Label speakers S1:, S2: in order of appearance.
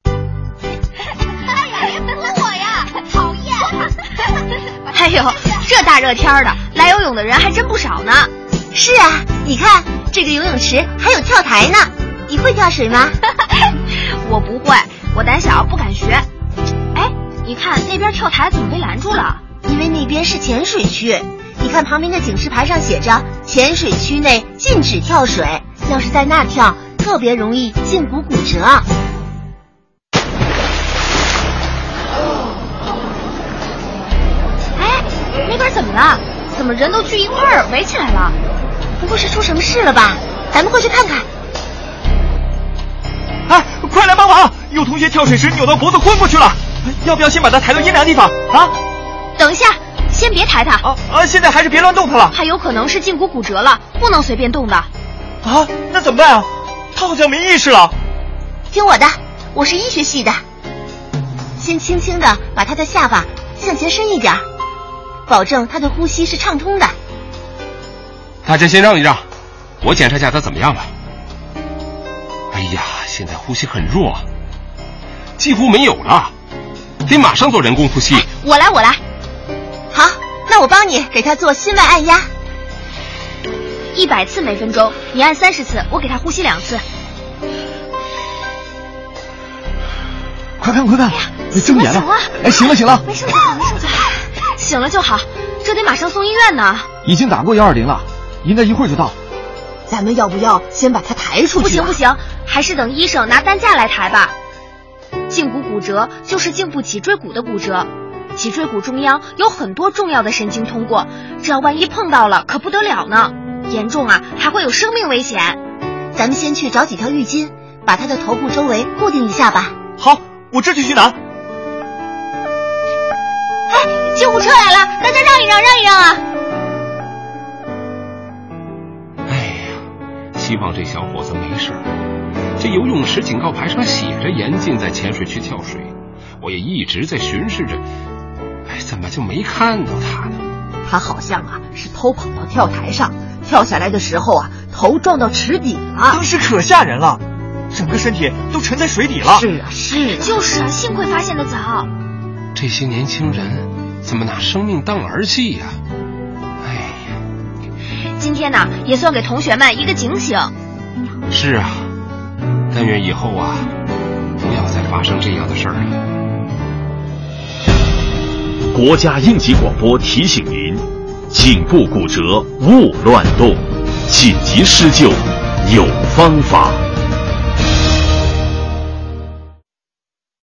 S1: 哎
S2: 呦，这大热天儿的，来游泳的人还真不少呢。
S1: 是啊，你看这个游泳池还有跳台呢。你会跳水吗？
S2: 我不会，我胆小，不敢学。哎，你看那边跳台怎么被拦住了？
S1: 因为那边是浅水区。你看旁边的警示牌上写着“浅水区内禁止跳水”，要是在那跳，特别容易胫骨骨折。
S2: 哎，那边怎么了？怎么人都聚一块儿围起来了？
S1: 不会是出什么事了吧？咱们过去看看。
S3: 哎，快来帮忙！有同学跳水时扭到脖子昏过去了，要不要先把他抬到阴凉地方啊？
S2: 等一下，先别抬他。
S3: 啊啊！现在还是别乱动他了。
S2: 他有可能是胫骨骨折了，不能随便动的。
S3: 啊，那怎么办啊？他好像没意识了。
S1: 听我的，我是医学系的。先轻轻的把他的下巴向前伸一点，保证他的呼吸是畅通的。
S4: 大家先让一让，我检查一下他怎么样了。哎呀，现在呼吸很弱，啊几乎没有了，得马上做人工呼吸。
S2: 哎
S3: 啊
S2: 我来，我来。
S1: 好，那我帮你给他做心外按压，
S2: 一百次每分钟，你按三十次，我给他呼吸两次。
S3: 快看快看，你睁眼
S2: 醒了
S3: 了！哎，行了行了，
S2: 没事没事没事没事，醒了就好。这得马上送医院呢。
S3: 已经打过幺二零了，应该一会儿就到。
S1: 咱们要不要先把他抬出去、啊？
S2: 不行不，行，还是等医生拿担架来抬吧。胫骨骨折就是颈部脊椎骨的骨折，脊椎骨中央有很多重要的神经通过，这要万一碰到了，可不得了呢。严重啊，还会有生命危险。
S1: 咱们先去找几条浴巾，把他的头部周围固定一下吧。
S3: 好，我这就去拿。
S2: 救护车来了，大家让一让，让一让啊！
S4: 哎呀，希望这小伙子没事儿。这游泳池警告牌上写着严禁在浅水区跳水，我也一直在巡视着，哎，怎么就没看到他呢？
S1: 他好像啊是偷跑到跳台上，跳下来的时候啊头撞到池底了。
S3: 啊当时可吓人了，整个身体都沉在水底了。
S1: 是啊是啊，
S2: 就是啊，幸亏发现的早。
S4: 这些年轻人怎么拿生命当儿戏呀、哎呀，
S2: 今天呢，也算给同学们一个警醒。
S4: 是啊，但愿以后啊，不要再发生这样的事儿了。
S5: 国家应急广播提醒您：颈部骨折勿乱动，紧急施救有方法。